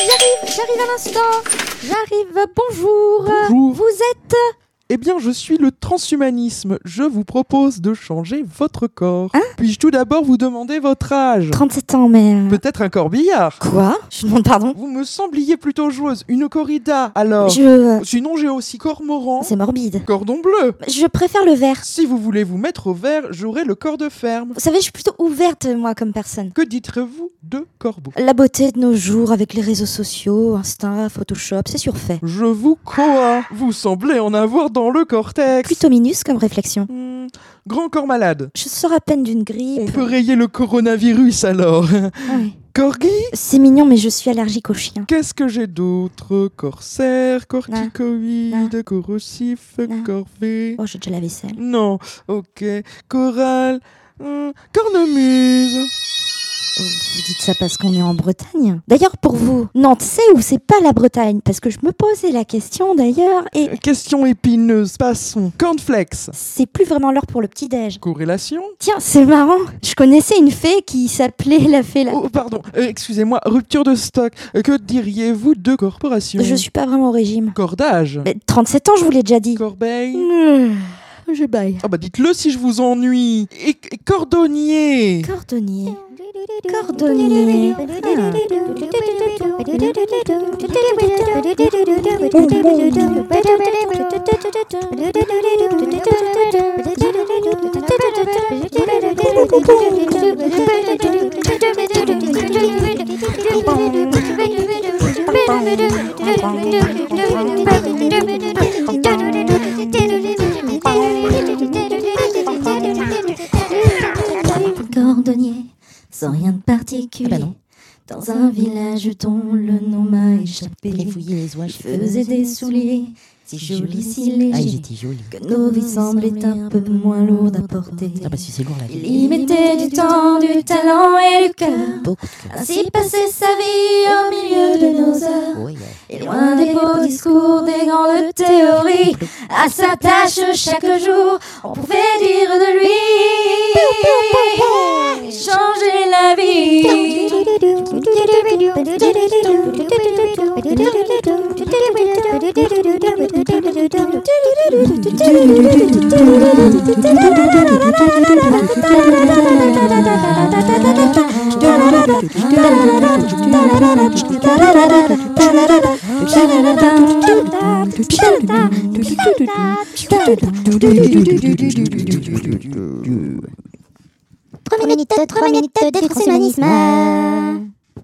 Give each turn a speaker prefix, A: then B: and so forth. A: J'arrive à l'instant. J'arrive. Bonjour.
B: Bonjour.
A: Vous êtes
B: Eh bien, je suis le transhumanisme. Je vous propose de changer votre corps.
A: Hein
B: Puis-je tout d'abord vous demander votre âge
A: 37 ans, mais euh,
B: Peut-être un corbillard
A: quoi Je demande pardon.
B: Vous me sembliez plutôt joueuse. Une corrida, alors
A: Je euh,
B: Sinon, j'ai aussi cormoran,
A: c'est morbide.
B: cordon bleu.
A: Je préfère le vert.
B: Si vous voulez vous mettre au vert, j'aurai le corps de ferme.
A: Vous savez, je suis plutôt ouverte moi comme personne.
B: Que dites-vous de corbeau
A: La beauté de nos jours avec les réseaux sociaux, Insta, Photoshop, c'est surfait.
B: Je vous crois. Vous semblez en avoir dans le cortex.
A: Plutôt minus comme réflexion.
B: Hmm, grand corps malade.
A: Je sors à peine d'une grippe.
B: On peut rayer le coronavirus alors.
A: Ouais.
B: Corgi
A: C'est mignon, mais je suis allergique aux chiens.
B: Qu'est-ce que j'ai d'autre Corsaire,
A: Non.
B: corticoïde, corrosif,
A: Non.
B: corvée.
A: Oh, j'ai déjà la vaisselle.
B: Non, ok. Chorale, hmm, cornemuse.
A: Oh, Vous dites ça parce qu'on est en Bretagne. D'ailleurs, pour vous, Nantes, c'est ou c'est pas la Bretagne Parce que je me posais la question d'ailleurs, et
B: Question épineuse, passons. Cornflakes.
A: c'est plus vraiment l'heure pour le petit-déj.
B: Corrélation
A: Tiens, c'est marrant. Je connaissais une fée qui s'appelait la fée là.
B: Oh, pardon, euh, excusez-moi, rupture de stock. Euh, que diriez-vous de corporation
A: Je suis pas vraiment au régime.
B: Cordage
A: Mais 37 ans, je vous l'ai déjà dit.
B: Corbeille
A: Mmh, Je baille.
B: Ah bah dites-le si je vous ennuie. Et, et cordonnier
A: Cordonnier. Cordonnier. Cordonnier, sans rien de particulier.
C: Ah bah non.
A: Dans un village dont le nom m'a échappé.
C: Les fouiller les oies,
A: Je faisais des souliers,
C: si
A: jolis, si légers.
C: Ah, j'étais jolie.
A: que nos vies semblaient un peu moins lourdes à porter.
C: Ah, bah si c'est lourd la
A: Il
C: vie.
A: y mettait du temps, du talent et du cœur.
C: Beaucoup de cœur.
A: Ainsi passait sa vie au milieu de nos heures.
C: Oui, euh,
A: Et loin des beaux discours, des grandes théories, à sa tâche chaque jour, on pouvait dire de lui changer la vie.
D: Trois minutes, trois minutes de transhumanisme.